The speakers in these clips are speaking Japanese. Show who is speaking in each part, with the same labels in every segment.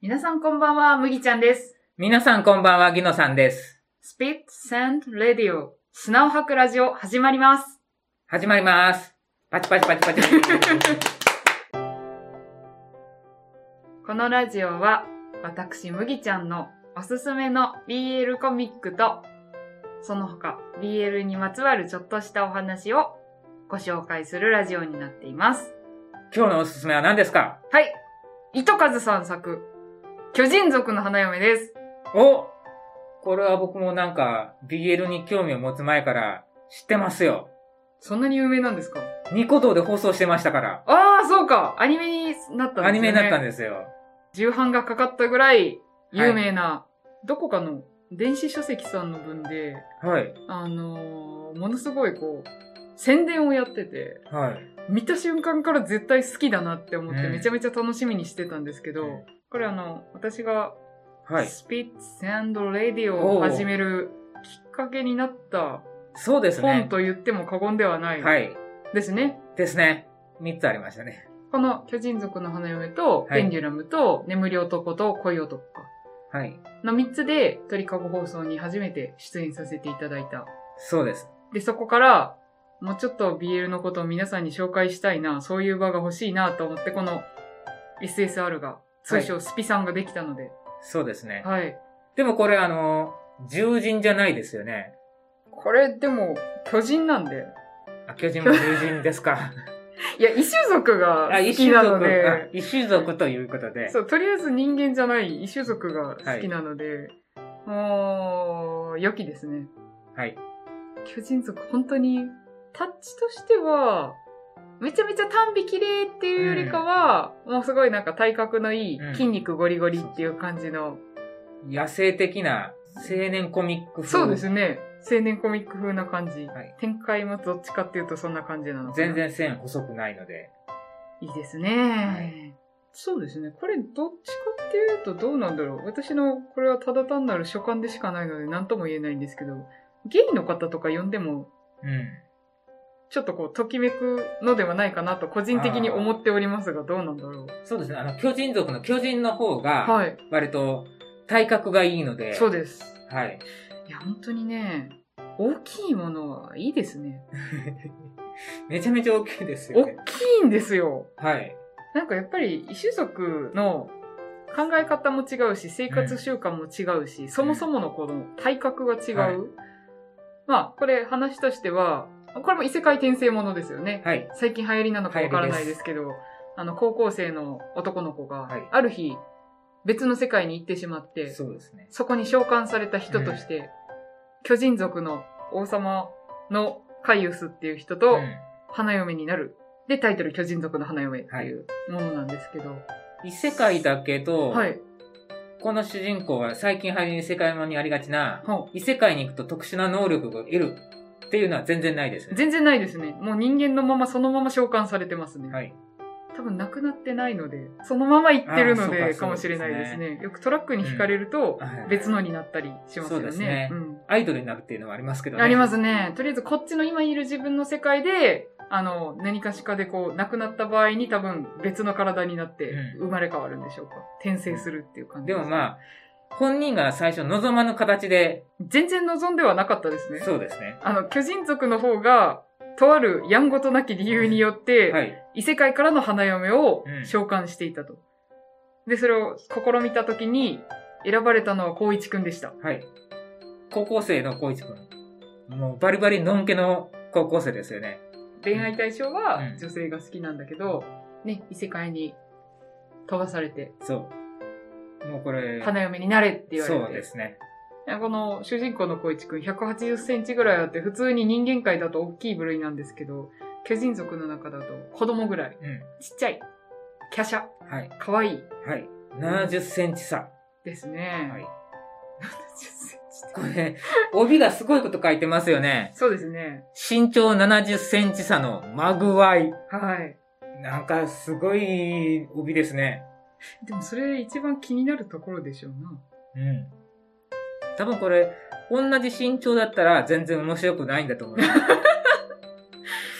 Speaker 1: 皆さんこんばんは、麦ちゃんです。
Speaker 2: 皆さんこんばんは、ギノさんです。
Speaker 1: スピッツ・セント・レディオ、砂を吐くラジオ、始まります。
Speaker 2: 始まります。パチパチパチ パチ。
Speaker 1: このラジオは、私、麦ちゃんのおすすめの BL コミックと、その他、BL にまつわるちょっとしたお話をご紹介するラジオになっています。
Speaker 2: 今日のおすすめは何ですか
Speaker 1: はい。糸数さん作、巨人族の花嫁です。
Speaker 2: おこれは僕もなんか、BL に興味を持つ前から知ってますよ。
Speaker 1: そんなに有名なんですか
Speaker 2: ニコ動で放送してましたから。
Speaker 1: ああ、そうか。アニメになったんですよね。
Speaker 2: アニメになったん
Speaker 1: す。
Speaker 2: ですよ。
Speaker 1: 重版がかかったぐらい有名な、どこかの電子書籍さんの分で、
Speaker 2: はい。
Speaker 1: あのーものすごいこう、宣伝をやってて、
Speaker 2: はい。
Speaker 1: 見た瞬間から絶対好きだなって思って、
Speaker 2: うん
Speaker 1: めちゃめちゃ楽しみにしてたんですけど、これあの、私が、
Speaker 2: はい。
Speaker 1: スピッツレディオを始めるきっかけになった
Speaker 2: そうです
Speaker 1: 本
Speaker 2: ね。
Speaker 1: と言っても過言ではない
Speaker 2: はい。
Speaker 1: ですね。
Speaker 2: ですね。三つありましたね。
Speaker 1: この巨人族の花嫁と、
Speaker 2: はい
Speaker 1: ペンデュラムと、眠り男と恋男か
Speaker 2: はい。
Speaker 1: の3つで、鳥かご放送に初めて出演させていただいた。
Speaker 2: そうです。
Speaker 1: で、そこから、もうちょっと BL のことを皆さんに紹介したいな、そういう場が欲しいなと思って、この SSR が、通称スピさんができたので、
Speaker 2: そうですね。
Speaker 1: はい。
Speaker 2: でもこれあの、獣人じゃないですよね。
Speaker 1: これ、でも、巨人なんで。
Speaker 2: あ、巨人も獣人ですか。
Speaker 1: いや、異種族が
Speaker 2: あ、
Speaker 1: 好
Speaker 2: 異
Speaker 1: き
Speaker 2: 種
Speaker 1: なの
Speaker 2: 族。あ
Speaker 1: で、
Speaker 2: 異種族ということで。
Speaker 1: そう、とりあえず人間じゃない異種族が好きなので、もう、良きですね。
Speaker 2: はい。
Speaker 1: 巨人族本当にタッチとしてはめちゃめちゃ単美綺麗っていうよりかは、もうすごいなんか体格のいい
Speaker 2: うん
Speaker 1: 筋肉ゴリゴリっていう感じの、
Speaker 2: 野生的な青年コミック風。
Speaker 1: そうですね青年コミック風な感じ、
Speaker 2: はい
Speaker 1: 展開もどっちかっていうとそんな感じなのかな
Speaker 2: 全然線細くないので。
Speaker 1: いいですね、そうですねこれどっちかっていうとどうなんだろう私のこれはただ単なる所感でしかないので何とも言えないんですけどゲイの方とか呼んでも
Speaker 2: うん。
Speaker 1: ちょっとこう、ときめくのではないかなと個人的に思っておりますが、どうなんだろう。
Speaker 2: そうですね。あの、巨人族の巨人の方が、
Speaker 1: はい、
Speaker 2: 割と体格がいいので。
Speaker 1: そうです。
Speaker 2: はい。
Speaker 1: いや、本当にね、大きいものはいいですね。
Speaker 2: めちゃめちゃ大きいですよ
Speaker 1: 大
Speaker 2: ね。
Speaker 1: きいんですよ。
Speaker 2: はい。
Speaker 1: なんかやっぱり異種族の考え方も違うし、生活習慣も違うし、そもそものこの体格が違う。
Speaker 2: はい
Speaker 1: まあ、これ話としては、これも異世界転生ものですよね。
Speaker 2: はい。
Speaker 1: 最近流行りなのかわからな
Speaker 2: 流行
Speaker 1: い
Speaker 2: り
Speaker 1: で
Speaker 2: です
Speaker 1: すけど、あの、高校生の男の子が
Speaker 2: はい、
Speaker 1: ある日、別の世界に行ってしまって、そ
Speaker 2: そうですね。
Speaker 1: こに召喚された人として、巨人族の王様のカイウスっていう人と
Speaker 2: うん
Speaker 1: 花嫁になる。で、タイトル巨人族の花嫁っていうものなんですけど、
Speaker 2: 異世界だけど、
Speaker 1: はい。
Speaker 2: この主人公は最近流行りに世界ものにありがちな、
Speaker 1: は
Speaker 2: 異世界に行くと特殊な能力が得るっていうのは全然ないです
Speaker 1: い
Speaker 2: ね。
Speaker 1: 全然ないですね。もう人間のままそのまま召喚されてますね。
Speaker 2: はい。
Speaker 1: 多分なくなってないので、そのまま行ってるの
Speaker 2: あーそう
Speaker 1: で
Speaker 2: か
Speaker 1: かもしれないですね。よくトラックに引かれると
Speaker 2: うんはい
Speaker 1: 別のになったりしますよ
Speaker 2: そう
Speaker 1: ね。
Speaker 2: ですね
Speaker 1: うん
Speaker 2: アイドルになるっていうのはありますけどね。
Speaker 1: ありますね。とりあえずこっちの今いる自分の世界で、あの、何かしかでこう、亡くなった場合に多分別の体になって
Speaker 2: う
Speaker 1: 生まれ変わるんでしょうか。転生するっていう感じ
Speaker 2: でもま
Speaker 1: あ。
Speaker 2: あ、本人が最初望まぬ形で、
Speaker 1: 全然望んではなかったですね。
Speaker 2: そうですね。
Speaker 1: あの、巨人族の方が、とあるやんごとなき理由によって、
Speaker 2: はい。
Speaker 1: 異世界からの花嫁を
Speaker 2: うん
Speaker 1: 召喚していたと。で、それを試みた時に、選ばれたのは光一くんでした。
Speaker 2: はい。高校生の光一くん。もうバリバリのんけの高校生ですよね。
Speaker 1: 恋愛対象は
Speaker 2: うん
Speaker 1: 女性が好きなんだけど、ね、異世界に飛ばされて、
Speaker 2: そう。もうこれ、
Speaker 1: 花嫁になれって言われて。
Speaker 2: そうですね。
Speaker 1: いやこの主人公の光一くん180センチぐらいあって、普通に人間界だと大きい部類なんですけど、巨人族の中だと子供ぐらい。
Speaker 2: うん。
Speaker 1: ちっちゃい。華奢。
Speaker 2: はい。
Speaker 1: 可愛い
Speaker 2: はい。70センチ差。
Speaker 1: です
Speaker 2: は
Speaker 1: ね。
Speaker 2: い。
Speaker 1: 70センチって
Speaker 2: これ、帯がすごいこと書いてますよね。
Speaker 1: そうですね。
Speaker 2: 身長70センチ差のマグワイ。
Speaker 1: はい。
Speaker 2: なんかすごい帯ですね。
Speaker 1: でもそれ一番気になるところでしょうな。
Speaker 2: うん。多分これ、同じ身長だったら全然面白くないんだと思います。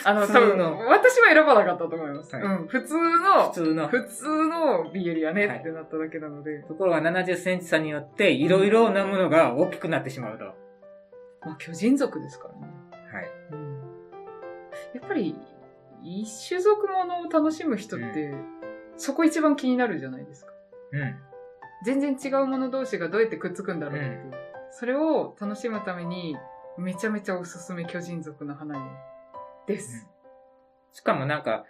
Speaker 1: あの、
Speaker 2: 普
Speaker 1: 多
Speaker 2: 通の
Speaker 1: 分、私は選ばなかったと思います。
Speaker 2: はい
Speaker 1: うん。普通の
Speaker 2: 普、通の。
Speaker 1: 普通の BL やねってなっただけなので、
Speaker 2: ところが70センチ差によって、いろいろなものが大きくなってしまうと。は
Speaker 1: まあ巨人族ですからね。
Speaker 2: い。
Speaker 1: うんやっぱり、一種族ものを楽しむ人って、そこ一番気になるじゃないですか。
Speaker 2: うん。
Speaker 1: 全然違うもの同士がどうやってくっつくんだろうっていう。それを楽しむために、めちゃめちゃおすすめ巨人族の花嫁です。
Speaker 2: しかもなんか、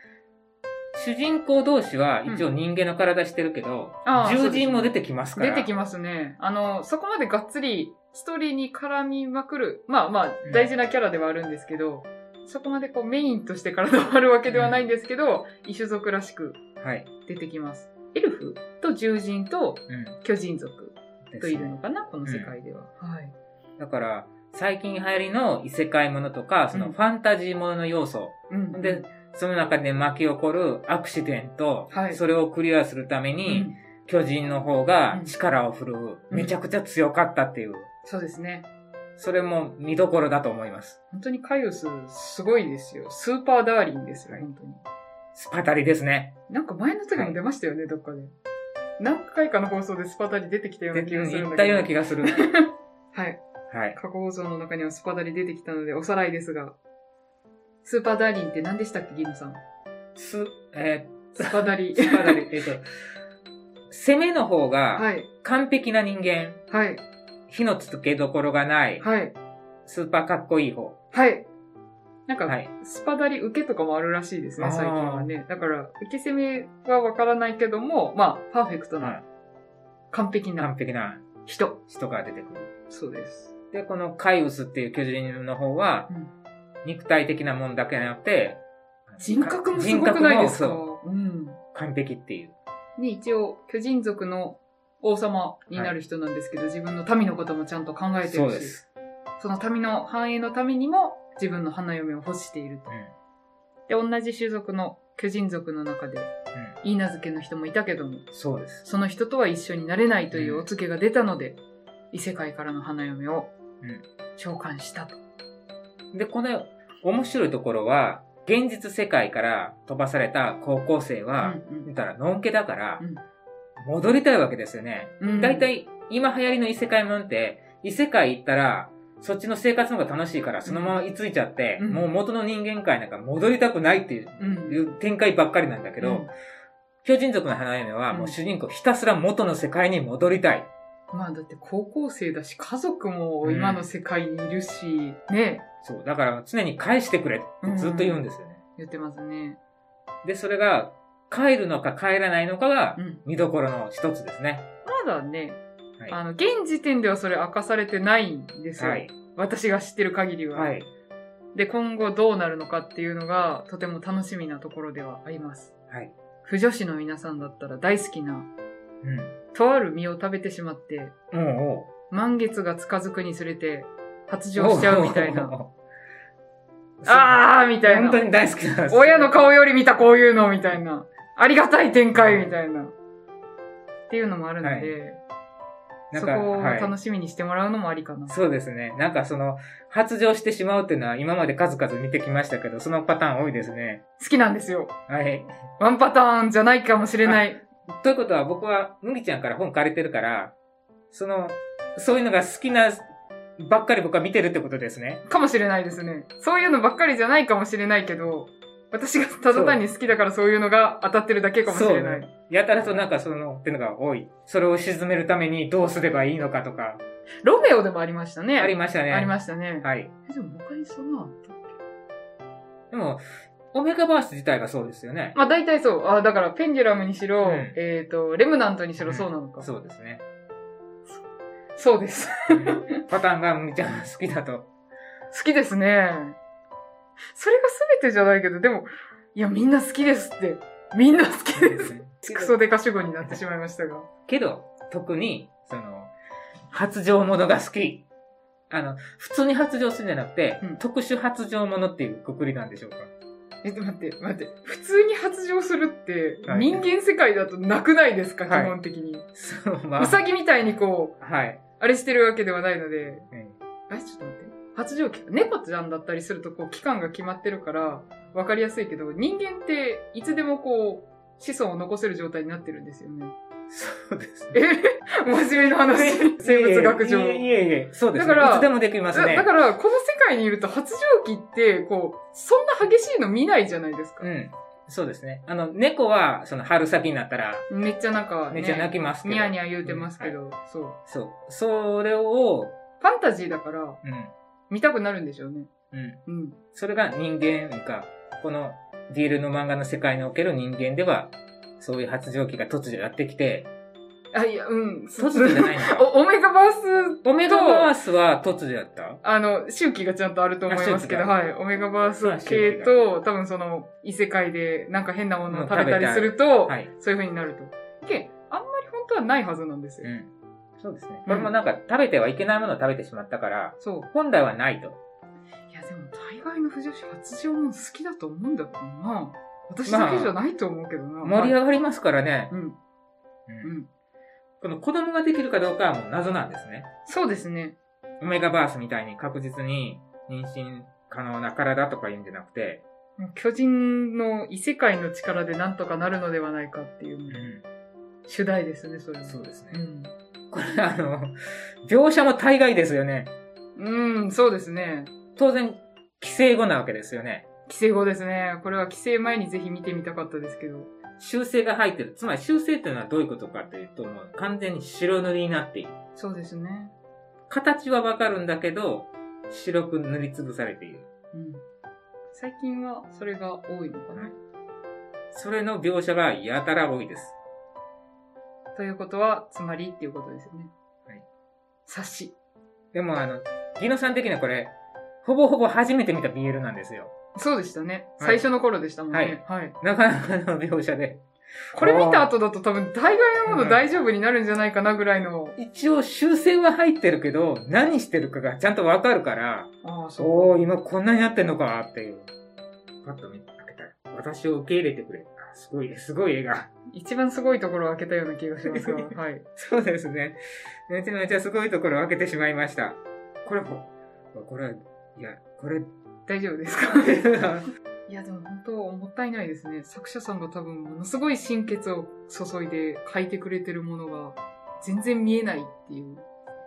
Speaker 2: 主人公同士は一応人間の体してるけど、
Speaker 1: ああ
Speaker 2: 獣人も出てきますか
Speaker 1: 出
Speaker 2: ら。
Speaker 1: てきますね。あの、そこまでがっつりストーリーに絡みまくる、まあまあ
Speaker 2: うん
Speaker 1: 大事なキャラではあるんですけど、そこまでこうメインとして体はあるわけではないんですけど、異種族らしく
Speaker 2: はい。
Speaker 1: 出てきます。エルフと獣人と
Speaker 2: うん。
Speaker 1: 巨人族
Speaker 2: です
Speaker 1: といるのかな、この世界では。はい。
Speaker 2: だから、最近流行りの異世界ものとか、そ
Speaker 1: う
Speaker 2: の
Speaker 1: ん
Speaker 2: ファンタジーものの要素。
Speaker 1: うん
Speaker 2: で、その中で巻き起こるアクシデント、
Speaker 1: はい
Speaker 2: それをクリアするため
Speaker 1: う
Speaker 2: に、
Speaker 1: ん
Speaker 2: 巨人の方が力を振るう、
Speaker 1: うん
Speaker 2: めちゃくちゃ強かったっていう、
Speaker 1: そうですね。
Speaker 2: それも見どころだと思います。
Speaker 1: 本当にカイオスすごいですよ。スーパーダーリンですよ、
Speaker 2: はい
Speaker 1: 本当に。
Speaker 2: スパタリですね。
Speaker 1: なんか前の時も出ましたよね、どっかで。何回かの放送でスパダリ出てきたような気がする
Speaker 2: 言
Speaker 1: ん
Speaker 2: っ
Speaker 1: だ
Speaker 2: た
Speaker 1: けど。
Speaker 2: ような気 がする。
Speaker 1: はい。
Speaker 2: はい。
Speaker 1: 過去放送の中にはスパダリ出てきたので、おさらいですが。スーパーダーリンって何でしたっけ、ギノさん。
Speaker 2: す、え
Speaker 1: スパダリ
Speaker 2: ー、。スパタリ、えっと、攻めの方
Speaker 1: は
Speaker 2: が
Speaker 1: い。
Speaker 2: 完璧な人間、
Speaker 1: はい。
Speaker 2: 火のつけどころがない、
Speaker 1: はい。
Speaker 2: スーパーかっこいい方。
Speaker 1: はい。なんか、
Speaker 2: はい。
Speaker 1: スパダリ受けとかもあるらしいです
Speaker 2: あ
Speaker 1: ね、
Speaker 2: ー
Speaker 1: 最近はね。だから、受け攻めはわからないけども、まあ、パーフェクトな、完璧な
Speaker 2: 完璧な
Speaker 1: 人。
Speaker 2: 人が出てくる。
Speaker 1: そうです。
Speaker 2: で、このカイウスっていう巨人の方は、
Speaker 1: うん
Speaker 2: 肉体的なもんだけじゃなくて、
Speaker 1: 人格もすごくないですか
Speaker 2: 人格もそう
Speaker 1: うん。
Speaker 2: 完璧っていう。
Speaker 1: ね、一応、巨人族の王様になる人なんですけど、自分の民のこともちゃんと考えて
Speaker 2: そう
Speaker 1: る
Speaker 2: で
Speaker 1: し、
Speaker 2: す。
Speaker 1: その民の繁栄のためにも、自分の花嫁を欲していると
Speaker 2: う。
Speaker 1: で、
Speaker 2: ん。
Speaker 1: 同じ種族の巨人族の中で、いい名付けの人もいたけども、
Speaker 2: うん。そうです。
Speaker 1: その人とは一緒になれないというお告げが出たので、異世界からの花嫁を
Speaker 2: うん
Speaker 1: 召喚したと。
Speaker 2: で、この面白いところは、現実世界から飛ばされた高校生は、
Speaker 1: うん
Speaker 2: 言ったら、のんけだから
Speaker 1: うん、
Speaker 2: 戻りたいわけですよね。
Speaker 1: うん
Speaker 2: だいたい、今流行りの異世界もんって、異世界行ったら、そっちの生活の方が楽しいから、そのまま居ついちゃって、
Speaker 1: うん
Speaker 2: もう元の人間界なんか戻りたくないっていう
Speaker 1: うん
Speaker 2: いう展開ばっかりなんだけど、
Speaker 1: うん
Speaker 2: 巨人族の花嫁は、もう主人公ひたすら元の世界に戻りたい。
Speaker 1: まあだって高校生だし、家族も今の世界にいるし、ね、
Speaker 2: そう。だから常に返してくれってずっと言うんですよね。
Speaker 1: 言ってますね。
Speaker 2: で、それが、帰るのか帰らないのかが
Speaker 1: う、ん。
Speaker 2: 見どころの一つですね。
Speaker 1: まだね、
Speaker 2: はい
Speaker 1: あの、現時点ではそれ明かされてないんですよ。
Speaker 2: はい。
Speaker 1: 私が知ってる限りは、
Speaker 2: はい。
Speaker 1: で、今後どうなるのかっていうのが、とても楽しみなところではあります。
Speaker 2: はい。
Speaker 1: 不女子の皆さんだったら大好きな、
Speaker 2: うん。
Speaker 1: とある実を食べてしまって、
Speaker 2: も
Speaker 1: 満月が近づくにつれて、発情しちゃうみた いな。。
Speaker 2: あ
Speaker 1: あーみたい
Speaker 2: 本
Speaker 1: な
Speaker 2: 当。に大好きなんです。
Speaker 1: 親の顔より見たこういうのみたいな。ありがたい展開みたいな。っていうのもあるので、
Speaker 2: なん
Speaker 1: そ
Speaker 2: か、
Speaker 1: こを
Speaker 2: はい。
Speaker 1: 楽しみにしてもらうのもありかな。
Speaker 2: そうですね。なんかその、発情してしまうっていうのは今まで数々見てきましたけど、そのパターン多いですね。
Speaker 1: 好きなんですよ。
Speaker 2: はい。
Speaker 1: ワンパターンじゃないかもしれない。
Speaker 2: ということは僕は、麦ちゃんから本借りてるから、その、そういうのが好きな、ばっかり僕は見てるってことですね。
Speaker 1: かもしれないですね。そういうのばっかりじゃないかもしれないけど、私がただ単に好きだからそういうのが当たってるだけかもしれない。
Speaker 2: そうねやたらとなんかその、ってのが多い。それを沈めるためにどうすればいいのかとか、
Speaker 1: ロメオでもありましたね。
Speaker 2: ありましたね。
Speaker 1: あり
Speaker 2: し
Speaker 1: ましたね。
Speaker 2: た。はい。
Speaker 1: えでも他にそんなのあった
Speaker 2: でも、オメガバース自体がそうですよね。
Speaker 1: まあ大体そう。あだからペンデュラムにしろ、
Speaker 2: うん
Speaker 1: えっ、と、レムナントにしろそうなのか。
Speaker 2: そうですね。
Speaker 1: そうです。
Speaker 2: うんパターンが麦ちゃんが好きだと。
Speaker 1: 好きですね。それが全てじゃないけど、でも、いや、みんな好きですって。みんな好 きです。クソデカ主語になってしまいましたが。
Speaker 2: けど、特に、その、発情ものが好き。あの、普通に発情するんじゃなくて、
Speaker 1: うん
Speaker 2: 特殊発情ものっていうくくりなんでしょうか。
Speaker 1: え、待って、待って。普通に発情するって、
Speaker 2: はい
Speaker 1: 人間世界だとなくないですか、
Speaker 2: はい
Speaker 1: 基本的に。
Speaker 2: そう、ま
Speaker 1: うさぎみたいにこう、
Speaker 2: あ、はい。
Speaker 1: あれしてるわけではないので。
Speaker 2: うん
Speaker 1: あ、ちょっと待って。発情期間。猫ちゃんだったりすると、こう、期間が決まってるから、わかりやすいけど、人間っていつでもこう、子孫を残せる状態になってるんですよね。
Speaker 2: そうです
Speaker 1: え
Speaker 2: ね。。
Speaker 1: 真面目な話生物学上。
Speaker 2: いえいえいえ、そうですね
Speaker 1: だか。ら
Speaker 2: いつでもできます
Speaker 1: だ
Speaker 2: ね
Speaker 1: だ。から、この世界にいると発情期って、こう、そんな激しいの見ないじゃないですか
Speaker 2: う。ん。そうですね。あの、猫は、その、春先になったら、
Speaker 1: めっちゃなんか、ね、
Speaker 2: めっちゃ泣きますけど。
Speaker 1: ニヤニヤ言うてますけど、そう。
Speaker 2: そう。それを、
Speaker 1: ファンタジーだから、
Speaker 2: うん。
Speaker 1: 見たくなるんでしょうね。
Speaker 2: うん。
Speaker 1: うん。
Speaker 2: それが人間か、このディールの漫画の世界における人間では、そういう発情期が突如やってきて、
Speaker 1: あ、いや、うん。
Speaker 2: 突如じゃないのか。
Speaker 1: おオメガバース、
Speaker 2: オメガバースは突如やった
Speaker 1: あの、周期がちゃんとあると思いますけど、
Speaker 2: あ周期が
Speaker 1: はい。オメガバース系と、多分その、異世界でなんか変なものを食べたりすると、
Speaker 2: はい。
Speaker 1: そういう風になると。けあんまり本当はないはずなんですよ。
Speaker 2: うん。そうですね。これもなんか食べてはいけないものを食べてしまったから、
Speaker 1: そう。
Speaker 2: 本来はないと。
Speaker 1: いや、でも大概の不女子発情も好きだと思うんだけどな。私だけじゃないと思うけどな。
Speaker 2: 盛り上がりますからね。
Speaker 1: うん。
Speaker 2: う
Speaker 1: うんん。
Speaker 2: この子供ができるかどうかはもう謎なんですね。
Speaker 1: そうですね。
Speaker 2: オメガバースみたいに確実に妊娠可能な体とか言うんじゃなくて、
Speaker 1: もう巨人の異世界の力でなんとかなるのではないかっていうう、
Speaker 2: ん。
Speaker 1: 主題ですね、それも
Speaker 2: そうですね。
Speaker 1: うん。
Speaker 2: これ あの、描写も大概ですよね。
Speaker 1: うん、そうですね。
Speaker 2: 当然、規制後なわけですよね。
Speaker 1: 規制後ですね。これは規制前にぜひ見てみたかったですけど。
Speaker 2: 修正が入ってる。つまり修正っていうのはどういうことかというと、もう完全に白塗りになっている。
Speaker 1: そうですね。
Speaker 2: 形はわかるんだけど、白く塗りつぶされている。
Speaker 1: うん。最近はそれが多いのかな。
Speaker 2: それの描写がやたら多いです。
Speaker 1: ということは、つまりっていうことですよね。
Speaker 2: はい。
Speaker 1: 察し。
Speaker 2: でもあの、ギノさん的にはこれ、ほぼほぼ初めて見た BL なんですよ。
Speaker 1: そうでしたね。
Speaker 2: は
Speaker 1: 最
Speaker 2: い
Speaker 1: 初の頃でしたもんね。はい。
Speaker 2: なかなかの描写で。
Speaker 1: これ見た後だと多分大概のもの大丈夫になるんじゃないかなぐらいの。
Speaker 2: 一応修正は入ってるけど、何してるかがちゃんとわかるから、
Speaker 1: ああ、そう。
Speaker 2: おお、今こんなになってんのかっていう。パッと見開けたら、私を受け入れてくれ。あすごい、すごい映画。
Speaker 1: 一番すごいところを開けたような気がしますが、 はい。
Speaker 2: そうですね。めちゃめちゃすごいところを開けてしまいました。これも、これ、いや、これ、
Speaker 1: 大丈夫ですか いや、でも本当、もったいないですね。作者さんが多分、ものすごい心血を注いで書いてくれてるものが、全然見えないっていう、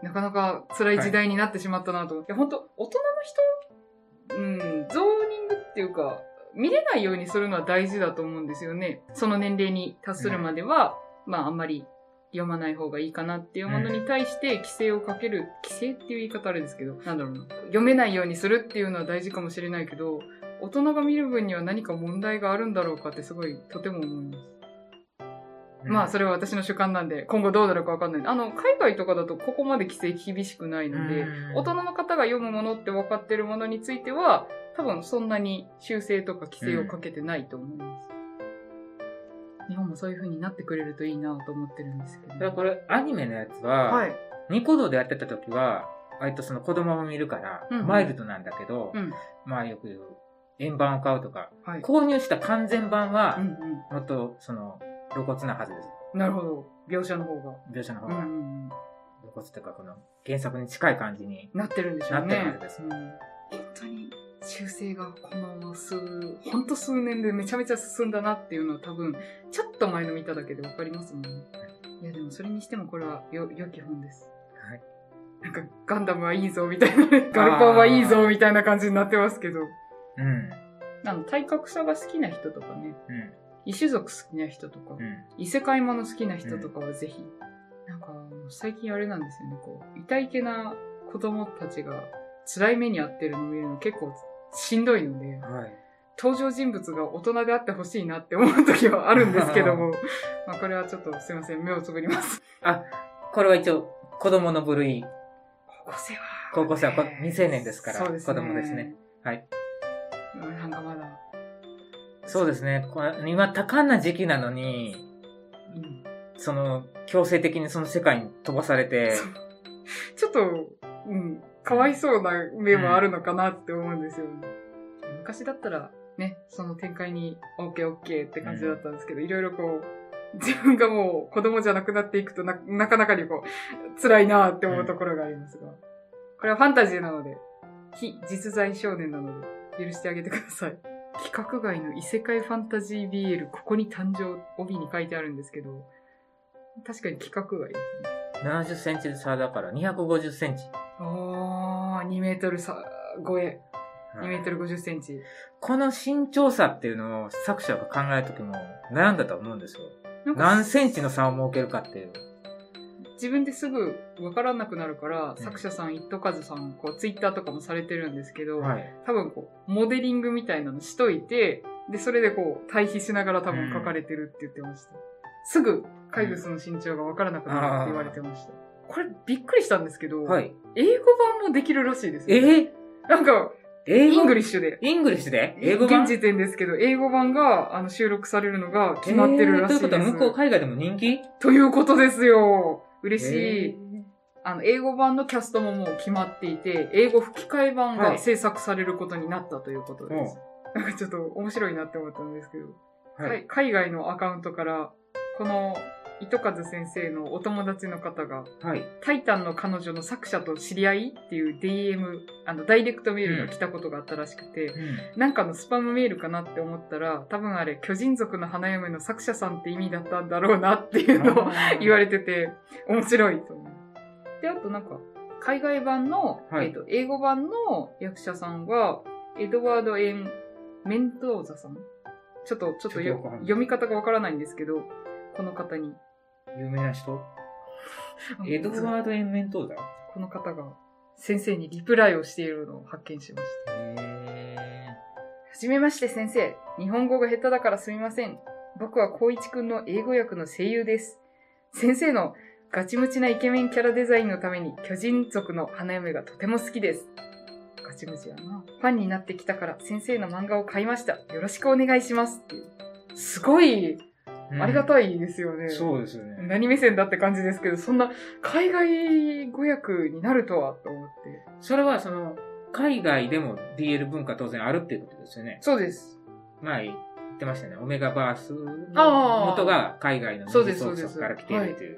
Speaker 1: なかなか辛い時代になってしまったなと。い、や、本当大人の人、うん、ゾーニングっていうか、見れないようにするのは大事だと思うんですよね。その年齢に達するまでは、まあ、あんまり読まない方がいいかなっていうものに対して、規制をかける、規制っていう言い方あれですけど、なんだろうな。読めないようにするっていうのは大事かもしれないけど、大人が見る分には何か問題があるんだろうかってすごいとても思います。まあそれ
Speaker 2: れ
Speaker 1: は私の主観なんで今後どうなるかわかんない。あの海外とかだとここまで規制厳しくないので、大人の方が読むものって分かってるものについては多分そんなに修正とか規制をかけてないと思います。日本もそういう風になってくれるといいなと思ってるんですけど。
Speaker 2: これ、アニメのやつは、
Speaker 1: はい。
Speaker 2: ニコ動でやってた時は、割とその子供も見るから、
Speaker 1: うんうん
Speaker 2: マイルドなんだけど、
Speaker 1: うん。
Speaker 2: まあよく言う、円盤を買うとか、
Speaker 1: はい。
Speaker 2: 購入した完全版は
Speaker 1: うん、
Speaker 2: もっと、その、露骨なはずです。
Speaker 1: うん。なるほど。描写の方が。
Speaker 2: 描写の方
Speaker 1: うんう
Speaker 2: が。
Speaker 1: んうん。
Speaker 2: 露骨というか、この、原作に近い感じに。
Speaker 1: なってるんでしょうね。
Speaker 2: なってるはずです
Speaker 1: うん本当に修正がこの数、本当数年でめちゃめちゃ進んだなっていうのは多分、ちょっと前の見ただけでわかりますもんね。いやでもそれにしてもこれはよ良き本です。
Speaker 2: はい。
Speaker 1: なんかガンダムはいいぞみたいな、ガルパンはいいぞみたいな感じになってますけど。
Speaker 2: うん。
Speaker 1: あの、体格差が好きな人とかね、
Speaker 2: うん。
Speaker 1: 異種族好きな人とか、
Speaker 2: うん。
Speaker 1: 異世界もの好きな人とかはぜひ、なんか最近あれなんですよねこう痛いけな子供たちが辛い目に遭ってるのを見るの結構しんどいので
Speaker 2: はい。
Speaker 1: 登場人物が大人であってほしいなって思う時はあるんですけど もまあこれはちょっとすいません目をつぶります
Speaker 2: これは一応、子供の部類。
Speaker 1: 高校生は
Speaker 2: 高校生はこ未成年ですから
Speaker 1: そうですね
Speaker 2: 子供ですねはい
Speaker 1: うんなんかまだ、
Speaker 2: そうですね。これ今、多感な時期なのに、
Speaker 1: うん
Speaker 2: その、強制的にその世界に飛ばされて、
Speaker 1: そうちょっと、うん、かわいそうな面もあるのかなって思うんですよ、昔だったら、ね、その展開に、オッケーオッケーって感じだったんですけど、いろいろこう、自分がもう子供じゃなくなっていくとな、なかなかにこう、辛いなって思うところがありますが。これはファンタジーなので、非実在少年なので、許してあげてください。規格外の異世界ファンタジー BL、ここに誕生、帯に書いてあるんですけど、確かに規格外ですね。
Speaker 2: 70センチ差だから250センチ。
Speaker 1: あー、2メートルさ、超え。2メートル50センチ。
Speaker 2: この身長差っていうのを作者が考えるときも悩んだと思うんですよ。
Speaker 1: なんか
Speaker 2: 何センチの差を設けるかっていう。
Speaker 1: 自分ですぐ分からなくなるから、
Speaker 2: うん
Speaker 1: 作者さん、一斗和さん、こう、ツイッターとかもされてるんですけど、
Speaker 2: はい。
Speaker 1: 多分こう、モデリングみたいなのしといて、で、それでこう、対比しながら多分書かれてるって言ってました。すぐ、怪物の身長が分からなくなるって言われてました。これ、びっくりしたんですけど、
Speaker 2: はい。
Speaker 1: 英語版もできるらしいです
Speaker 2: え
Speaker 1: よ。
Speaker 2: ー、
Speaker 1: なんか、
Speaker 2: 英語
Speaker 1: イングリッシュで。
Speaker 2: イングリッシュで英語版
Speaker 1: 現時点ですけど、英語版があの収録されるのが決まってるらしいです。
Speaker 2: えーということは向こう海外でも人気
Speaker 1: ということですよ。嬉しい。
Speaker 2: えー
Speaker 1: あの、英語版のキャストももう決まっていて、英語吹き替え版
Speaker 2: は
Speaker 1: が
Speaker 2: い
Speaker 1: 制作されることになったということです。なんかちょっと面白いなって思ったんですけど、
Speaker 2: は
Speaker 1: かい海外のアカウントから、この糸数先生のお友達の方が、
Speaker 2: い。はい。
Speaker 1: タイタンの彼女の作者と知り合いっていう DM、あの、ダイレクトメールが来たことがあったらしくて、なんかのスパムメールかなって思ったら、多分あれ、巨人族の花嫁の作者さんって意味だったんだろうなっていうのを 言わ
Speaker 2: れ
Speaker 1: れてて、面白いと思う。で、あとなんか、海外版の、
Speaker 2: はい
Speaker 1: えっと、英語版の役者さんは、エドワード・エン・メントーザさんちょっと、ちょっと
Speaker 2: ちょっと
Speaker 1: よ
Speaker 2: わかんない
Speaker 1: 読み方がわからないんですけど、この方に。
Speaker 2: 有名な人エドワード・エンメントーザ
Speaker 1: この方が先生にリプライをしているのを発見しました。
Speaker 2: え
Speaker 1: はじめまして先生。日本語が下手だからすみません。僕は光一くんの英語訳の声優です。先生のガチムチなイケメンキャラデザインのために巨人族の花嫁がとても好きです。ガチムチやな。ファンになってきたから先生の漫画を買いました。よろしくお願いします。っていうすごい、ありが
Speaker 2: い。
Speaker 1: たいですよね。
Speaker 2: そうですよね。
Speaker 1: 何目線だって感じですけど、そんな海外語訳になるとはと思って。
Speaker 2: それはその、海外でも DL 文化当然あるっていうことですよね。
Speaker 1: そうです。
Speaker 2: 前言ってましたね。オメガバース
Speaker 1: あ
Speaker 2: の
Speaker 1: ー
Speaker 2: 元が海外の
Speaker 1: そうですそう
Speaker 2: 二次
Speaker 1: で
Speaker 2: 創
Speaker 1: す
Speaker 2: 作から来ているという。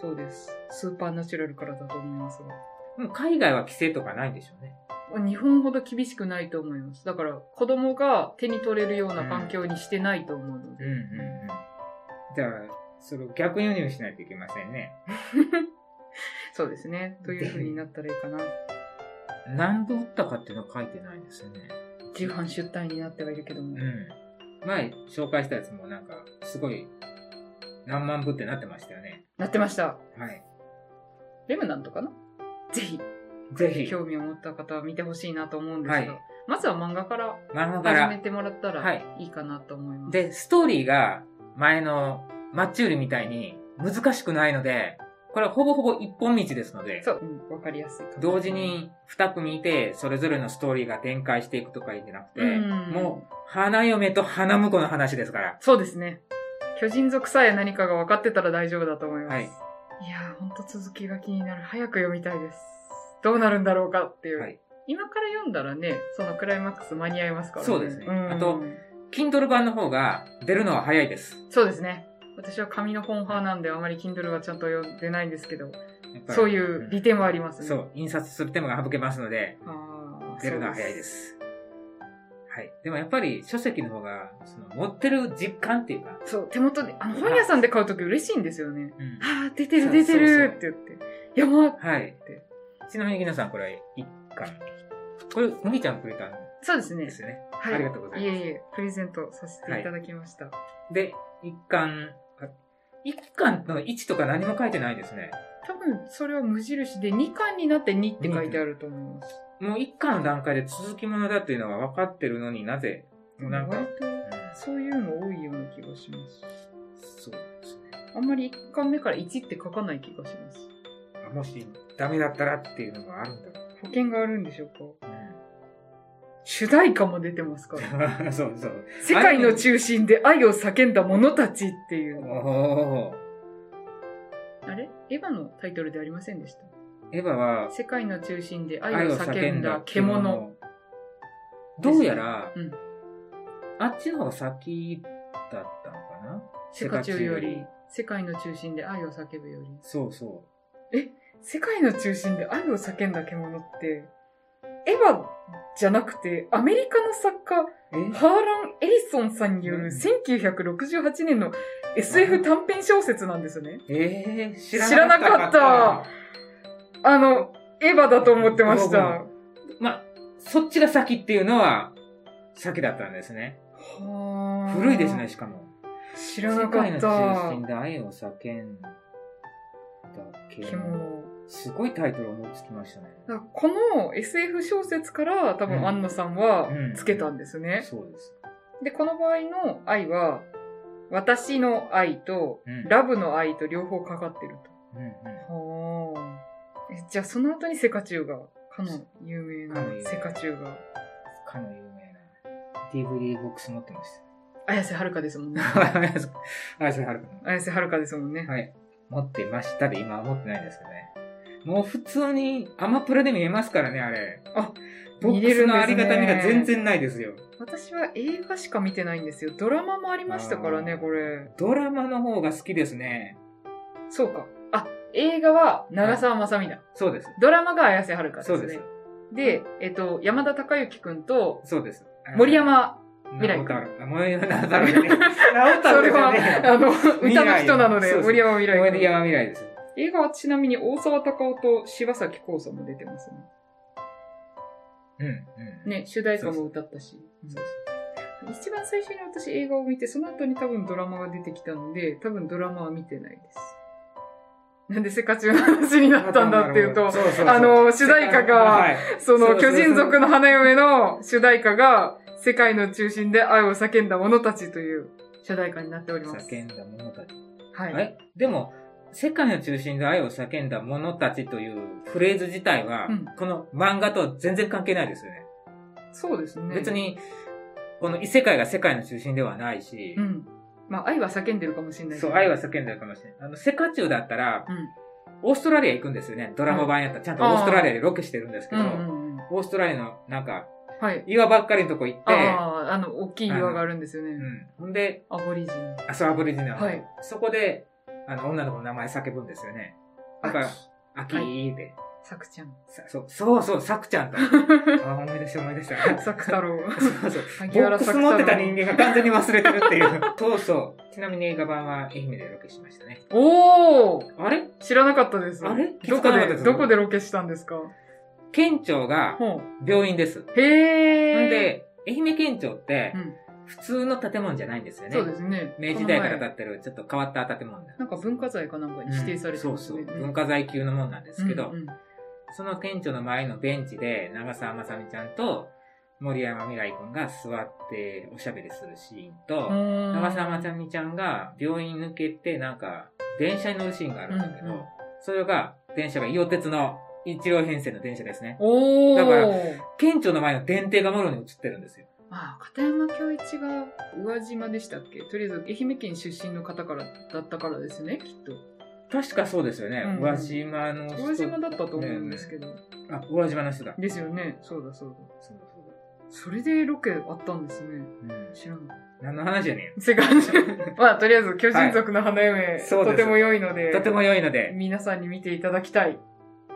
Speaker 1: そうです。スーパーナチュラルからだと思いますが。
Speaker 2: でも海外は規制とかないんでしょうね。
Speaker 1: 日本ほど厳しくないと思います。だから子供が手に取れるような環境にしてないと思うので。
Speaker 2: うんうんうん。じゃあ、それを逆輸入しないといけませんね。
Speaker 1: そうですね。という風になったらいいかな。
Speaker 2: 何度打ったかっていうのは書いてないですよね。
Speaker 1: 重版出退になってはいるけども。
Speaker 2: うん。前紹介したやつもなんか、すごい、何万部ってなってましたよね。
Speaker 1: なってました。
Speaker 2: はい。
Speaker 1: レムなんとかなぜひ、
Speaker 2: ぜひ、
Speaker 1: 興味を持った方は見てほしいなと思うんですが、
Speaker 2: はい
Speaker 1: まずは漫画から
Speaker 2: 漫画か
Speaker 1: 始め
Speaker 2: ら。
Speaker 1: てもらった
Speaker 2: は
Speaker 1: ら
Speaker 2: い
Speaker 1: いいかなと思います。
Speaker 2: で、ストーリーが、前の、マッチ売りみたいに、難しくないので、これはほぼほぼ一本道ですので、
Speaker 1: そう、うん、わかりやすいかな
Speaker 2: 同時、に二組いて、それぞれのストーリーが展開していくとかいうんじゃなくて、
Speaker 1: うん
Speaker 2: もう、花嫁と花婿の話ですから。
Speaker 1: そうですね。巨人族さえ何かが分かってたら大丈夫だと思います。
Speaker 2: はい
Speaker 1: い、やー、ほんと続きが気になる。早く読みたいです。どうなるんだろうかっていう。
Speaker 2: はい
Speaker 1: 今から読んだらね、そのクライマックス間に合いますからね。
Speaker 2: そうですね
Speaker 1: ん
Speaker 2: あと、Kindle 版の方が出るのは早いです。
Speaker 1: そうですね。私は紙の本派なんで、あまり Kindle はちゃんと読んでないんですけど、
Speaker 2: やっぱり
Speaker 1: そういう利点はありますね。
Speaker 2: そう、印刷する手間が省けますので、
Speaker 1: あー。
Speaker 2: 出るのは早いです。はい。でもやっぱり書籍の方が、その、持ってる実感っていうか、
Speaker 1: そう。そう、手元で、あの、本屋さんで買うとき嬉しいんですよね。
Speaker 2: うん
Speaker 1: あー、出て
Speaker 2: そ
Speaker 1: る
Speaker 2: う
Speaker 1: 出てるっ
Speaker 2: そ
Speaker 1: て言って。やばっ
Speaker 2: はい。ちなみに皆さんこれ、一巻。これ、麦ちゃんくれたん
Speaker 1: そうですね
Speaker 2: で。すよね。
Speaker 1: はい。
Speaker 2: ありがとうございます
Speaker 1: いえいえ、プレゼントさせていただきました。
Speaker 2: で、一巻、あ一巻の位置とか何も書いてないですね。
Speaker 1: 多分、それは無印で、2巻になって2って書いてあると思います。
Speaker 2: もう一巻の段階で続きものだっていうのは分かってるのになぜ、もうなんか、う
Speaker 1: 割
Speaker 2: ん
Speaker 1: と、そういうの多いような気がします。
Speaker 2: そうですね。
Speaker 1: あんまり1巻目から1って書かない気がします。
Speaker 2: あもし、ダメだったらっていうのもあるんだろう。
Speaker 1: 保険があるんでしょうか
Speaker 2: うん
Speaker 1: 主題歌も出てますから。
Speaker 2: そうそう。
Speaker 1: 世界の中心で愛を叫んだ者たちっていう。
Speaker 2: おー
Speaker 1: あれエヴァのタイトルでありませんでした。
Speaker 2: エヴァは、
Speaker 1: 世界の中心で愛を叫んだ獣。。
Speaker 2: どうやら、
Speaker 1: うん
Speaker 2: あっちの方が先だったのかな
Speaker 1: 世界中より、世界の中心で愛を叫ぶより。
Speaker 2: そうそ
Speaker 1: 世界の中心で愛を叫んだ獣って、エヴァじゃなくて、アメリカの作家、
Speaker 2: え
Speaker 1: ハーラン・エリソンさんによる1968年の SF 短編小説なんですね。
Speaker 2: えー、知
Speaker 1: 知らなかあの、エヴァだと思ってまし
Speaker 2: どう
Speaker 1: た。
Speaker 2: まあ、そっちが先っていうのは、先だったんですね。古
Speaker 1: 古
Speaker 2: いですね、。しかも。
Speaker 1: 知らなかっ
Speaker 2: 世界の中心
Speaker 1: た。
Speaker 2: で愛を叫んだけ
Speaker 1: キモ
Speaker 2: すごいタイトル思いつきましたね。
Speaker 1: だからこの SF 小説から多
Speaker 2: う
Speaker 1: 分
Speaker 2: ん
Speaker 1: アンナさんは
Speaker 2: うん
Speaker 1: つけたんですね。
Speaker 2: そうです。
Speaker 1: で、この場合の愛は、私の愛と、
Speaker 2: うん
Speaker 1: ラブの愛と両方かかってる
Speaker 2: うんうん。
Speaker 1: と。はあ。えじゃあその後にセカチュウが、かの有名
Speaker 2: かの有名
Speaker 1: なセカチュウが、
Speaker 2: かの有名な DVD ボックス持ってまし
Speaker 1: 綾瀬はるかですもんね。
Speaker 2: た。あ、それあるか
Speaker 1: 綾瀬はるかですもんね。
Speaker 2: な。はい。持ってましたで、今は持ってないですけどね。もう普通にアマプラで見えますからね、あれ。
Speaker 1: あ、
Speaker 2: ボックスのありがたみ
Speaker 1: 見れるん
Speaker 2: が全
Speaker 1: ですね
Speaker 2: 然ないですよ。
Speaker 1: 私は映画しか見てないんですよ。ドラマもありましたから
Speaker 2: あ
Speaker 1: ね、
Speaker 2: ー
Speaker 1: これ。
Speaker 2: ドラマの方が好きですね。
Speaker 1: そうか。あ、映画は長澤まさみだ。
Speaker 2: そうです。
Speaker 1: ドラマが綾瀬はるかです
Speaker 2: そ
Speaker 1: ね。
Speaker 2: うです。
Speaker 1: で、えっと、山田孝之くんと
Speaker 2: そうです。
Speaker 1: 森山、
Speaker 2: 未
Speaker 1: 未
Speaker 2: 来
Speaker 1: 来
Speaker 2: 君。森山直太 朗じゃねえ。直太
Speaker 1: そ
Speaker 2: 朗
Speaker 1: れ
Speaker 2: じゃ
Speaker 1: は、
Speaker 2: ね え
Speaker 1: あの、歌の人なの
Speaker 2: そう
Speaker 1: で
Speaker 2: そ、う
Speaker 1: 森山未来
Speaker 2: 森
Speaker 1: 君。
Speaker 2: 山未来です。
Speaker 1: 映画はちなみに大沢たかおと柴咲コウさんも出てますね。
Speaker 2: うん、うん。
Speaker 1: ね、主題歌も歌ったし。
Speaker 2: そう
Speaker 1: 一番最初に私映画を見て、その後に多分ドラマが出てきたので、多分ドラマは見てないです。なんでセカチュウの話に
Speaker 2: そう
Speaker 1: なったんだっていうと、
Speaker 2: そうそうそう
Speaker 1: あ、の、主題歌
Speaker 2: は
Speaker 1: が、
Speaker 2: い
Speaker 1: そ
Speaker 2: そう
Speaker 1: の
Speaker 2: そうそう
Speaker 1: 巨人族の花嫁の主題歌が、世界の中心で愛を叫んだ者たちという主題歌になっております。
Speaker 2: 叫んだ者たち。
Speaker 1: はい。
Speaker 2: えでも、世界の中心で愛を叫んだ者たちというフレーズ自体は
Speaker 1: うん、
Speaker 2: この漫画とは全然関係ないですよね。
Speaker 1: そうですね。
Speaker 2: 別。に、この異世界が世界の中心ではないし
Speaker 1: う、ん。まあ、愛は叫んでるかもしれないけ
Speaker 2: そ
Speaker 1: ど
Speaker 2: う、愛は叫んでるかもしれない。あの、セカチュウだったら、
Speaker 1: うん
Speaker 2: オーストラリア行くんですよね。ドラマ版やったら、ちゃんとオーストラリアでロケしてるんですけ
Speaker 1: うん
Speaker 2: ど、
Speaker 1: うんうん。
Speaker 2: オーストラリアのなんか、
Speaker 1: はい。
Speaker 2: 岩ばっかりのとこ行って、
Speaker 1: ああ、あの、大きい岩があるんですよ
Speaker 2: う
Speaker 1: ね。
Speaker 2: ん。ほんで、
Speaker 1: アボリジン。
Speaker 2: アソアブリジナル、
Speaker 1: はい
Speaker 2: そこで、あの、女の子の名前叫ぶんですよね。だから
Speaker 1: あ、
Speaker 2: アキーで、
Speaker 1: サク ちゃん。
Speaker 2: さそう、そうそう、サクちゃ んと。あ、思い出した思い出した。
Speaker 1: サク太 郎。
Speaker 2: そうそう。ボ
Speaker 1: 萩
Speaker 2: ッ
Speaker 1: 原
Speaker 2: ク
Speaker 1: 作太
Speaker 2: ス持
Speaker 1: 郎
Speaker 2: ってた人間が完全に忘れてるっ ていう。そうそう。ちなみに映画版は愛媛でロケしましたね。
Speaker 1: おー
Speaker 2: あれ
Speaker 1: 知らなかったです。
Speaker 2: あれ
Speaker 1: どこ
Speaker 2: 気づかなかった
Speaker 1: で、
Speaker 2: です
Speaker 1: どこでロケしたんですか
Speaker 2: 県庁が
Speaker 1: ほ
Speaker 2: 病院です。
Speaker 1: う。へー。
Speaker 2: なん、で、愛媛県庁って
Speaker 1: うん、
Speaker 2: 普通の建物じゃないんですよね。
Speaker 1: そうですね。
Speaker 2: 明治時代から
Speaker 1: この
Speaker 2: 建
Speaker 1: 前
Speaker 2: ってる、ちょっと変わった建物だ。
Speaker 1: なんか文化財かなんかに指定されて
Speaker 2: うん
Speaker 1: ます
Speaker 2: そう
Speaker 1: ね。
Speaker 2: そう。文化財級のもんなんですけど、
Speaker 1: うんうん
Speaker 2: その店長の前のベンチで、長澤まさみちゃんと森山未来くんが座っておしゃべりするシーンと、
Speaker 1: うん
Speaker 2: 長澤まさみちゃんが病院抜けて、なんか、電車に乗るシーンがあるんだけど、
Speaker 1: うんうん
Speaker 2: それが、電車が伊予鉄の一両編成の電車ですね。
Speaker 1: おー。
Speaker 2: だから県庁の前の電停がもろに映ってるんですよ。
Speaker 1: まあ、片山恭一が宇和島でしたっけとりあえず愛媛県出身の方からだったからですね、きっと。
Speaker 2: 確かそうですよね。
Speaker 1: うん
Speaker 2: 宇和島の人。
Speaker 1: 宇和島だったと思うんですけど。
Speaker 2: あ、宇和島の人だ。
Speaker 1: ですよね。そうだそうだ。
Speaker 2: そうだそうだ
Speaker 1: それでロケあったんですね。
Speaker 2: うん
Speaker 1: 知らなかっ
Speaker 2: 何の話 やねん。
Speaker 1: た。セカンド。まあ、とりあえず、巨人族の花嫁、
Speaker 2: そうです
Speaker 1: とても良いので、
Speaker 2: とても良いので、
Speaker 1: 皆さんに見ていただきたい。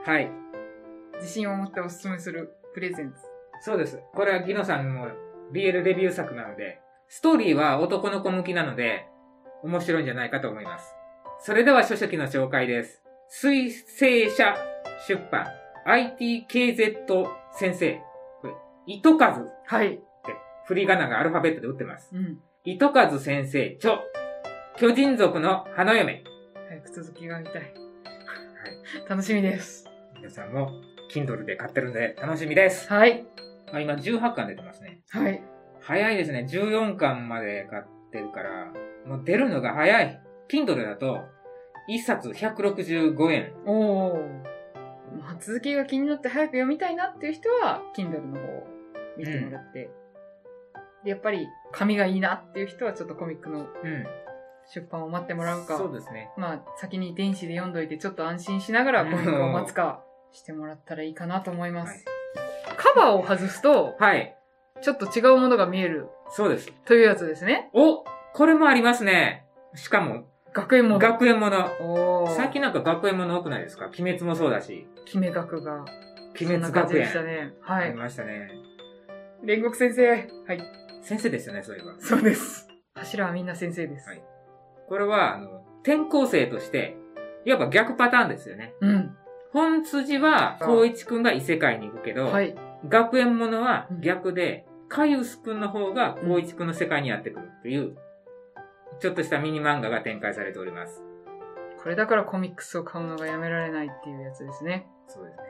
Speaker 2: はい。
Speaker 1: 自信を持っておすすめするプレゼンツ。
Speaker 2: そうです。これはギノさんの BL レビュー作なので、ストーリーは男の子向きなので、面白いんじゃないかと思います。それでは書籍の紹介です。水星社出版 ITKZ 先生。これ、糸数っ
Speaker 1: はい。
Speaker 2: て振り仮名がアルファベットで打ってます。
Speaker 1: うん。
Speaker 2: 糸数先生著、巨人族の花嫁。
Speaker 1: 早く続きが見たい。楽しみです。
Speaker 2: 皆さんも Kindle で買ってるんで楽しみです。
Speaker 1: はい。
Speaker 2: あ今18巻出てますね。
Speaker 1: はい。
Speaker 2: 早いですね。14巻まで買ってるから、もう出るのが早い。Kindle だと、1冊165円。
Speaker 1: おー。まあ、続きが気になって早く読みたいなっていう人は、Kindle の方を見てもらって。で、やっぱり、紙がいいなっていう人は、ちょっとコミックの
Speaker 2: うん。
Speaker 1: 出版を待ってもらうか。
Speaker 2: そうですね。
Speaker 1: まあ、先に電子で読んどいて、ちょっと安心しながらコミックを待つか、してもらったらいいかなと思います。カバーを外すと、
Speaker 2: はい。
Speaker 1: ちょっと違うものが見える
Speaker 2: そうです。
Speaker 1: というやつですね。
Speaker 2: おこれもありますね。しかも、
Speaker 1: 学園もの。
Speaker 2: 学園もの。
Speaker 1: おー
Speaker 2: 最近なんか学園もの多くないですか鬼滅もそうだし。
Speaker 1: 決め学が。
Speaker 2: 鬼滅学
Speaker 1: そ
Speaker 2: 園
Speaker 1: んな感じでしたね。
Speaker 2: あ
Speaker 1: は
Speaker 2: り
Speaker 1: い。
Speaker 2: ましたね。
Speaker 1: 煉獄先生。はい。
Speaker 2: 先生ですよね、そういえば。
Speaker 1: そうです。柱はみんな先生です。
Speaker 2: はいこれは、あの、転校生として、いわば逆パターンですよね。
Speaker 1: うん。
Speaker 2: 本筋は、光一くんが異世界に行くけど、
Speaker 1: はい。
Speaker 2: 学園ものは逆で、カユスくんの方が光一くんの世界にやってくるっていう、ちょっとしたミニ漫画が展開されております。
Speaker 1: これだからコミックスを買うのがやめられないっていうやつですね。
Speaker 2: そうですね。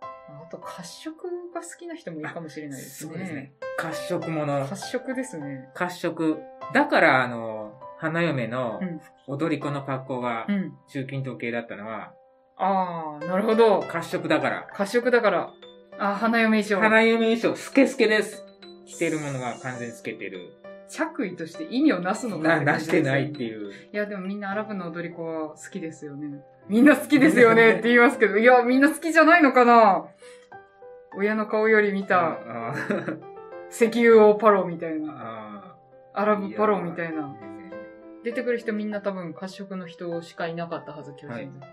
Speaker 1: あと、褐色が好きな人もいるかもしれないですね。
Speaker 2: そうですね。褐色もの。
Speaker 1: 褐色ですね。
Speaker 2: 褐色。だから、あの、花嫁の
Speaker 1: うん
Speaker 2: 踊り子の格好が
Speaker 1: うん。
Speaker 2: 中近東系だったのは、
Speaker 1: ああ、なるほど。
Speaker 2: 褐色だから。
Speaker 1: 褐色だから。あー、花嫁衣装。
Speaker 2: 花嫁衣装、スケスケです。着てるものは完全に透けてる。
Speaker 1: 着衣として意味をなすのか
Speaker 2: な、
Speaker 1: って感
Speaker 2: な
Speaker 1: じ
Speaker 2: し
Speaker 1: です
Speaker 2: て
Speaker 1: よ
Speaker 2: な
Speaker 1: ね
Speaker 2: いっていう。
Speaker 1: いや、でもみんなアラブの踊り子は好きですよね。みんな好きですよねって言いますけど、いや、みんな好きじゃないのかな親の顔より見た
Speaker 2: あ
Speaker 1: 石油王パロみたい
Speaker 2: あ、
Speaker 1: な、
Speaker 2: あ
Speaker 1: ア
Speaker 2: あ
Speaker 1: ラブパロみたいな。。
Speaker 2: や
Speaker 1: 出てくる人みんな多分褐色の人しかいなかったはず、巨人族は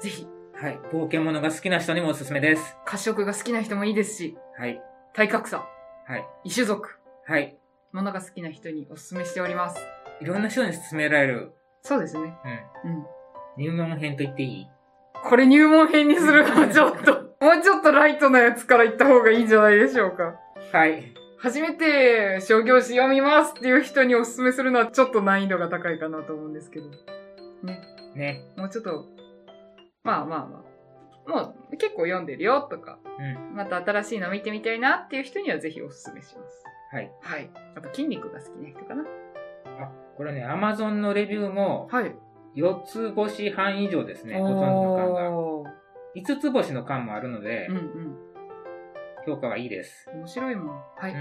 Speaker 1: ぜひ、
Speaker 2: はい。冒険物が好きな人にもおすすめです。
Speaker 1: 褐色が好きな人もいいですし、
Speaker 2: はい。
Speaker 1: 体格差、
Speaker 2: はい。
Speaker 1: 異種族、
Speaker 2: はい。
Speaker 1: ものが好きな人におすすめしております。
Speaker 2: いろんな人に勧められる。
Speaker 1: そうですね。
Speaker 2: うん。
Speaker 1: うん。
Speaker 2: 入門編と言っていい
Speaker 1: これ入門編にするか、ちょ っと。もうちょっとライトなやつから行った方がいいんじゃないでしょうか。
Speaker 2: はい。
Speaker 1: 初めて商業誌読みますっていう人にお勧めするのはちょっと難易度が高いかなと思うんですけど。
Speaker 2: ね。
Speaker 1: もうちょっと、まあまあまあ。もう結構読んでるよとか、
Speaker 2: うん。
Speaker 1: また新しいの見てみたいなっていう人にはぜひお勧めします。
Speaker 2: はい。
Speaker 1: はい。あと筋肉が好きな人かな。
Speaker 2: あ、これね、アマゾンのレビューも、
Speaker 1: はい。
Speaker 2: 4つ星半以上ですね。ほとんどの巻が。
Speaker 1: おー。
Speaker 2: 5つ星の巻もあるので
Speaker 1: うん、うん。
Speaker 2: 評価はいいです。
Speaker 1: 面白いもん。は
Speaker 2: う
Speaker 1: い。
Speaker 2: ん。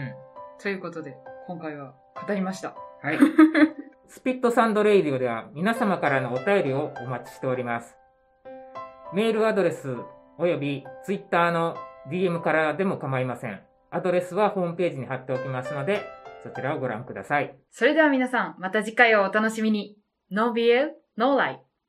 Speaker 1: ということで、今回は語りました。
Speaker 2: はい。 スピットサンドレイディオでは皆様からのお便りをお待ちしております。メールアドレスおよびツイッターの DM からでも構いません。アドレスはホームページに貼っておきますので、そちらをご覧ください。
Speaker 1: それでは皆さん、また次回をお楽しみに。No BL, No Life.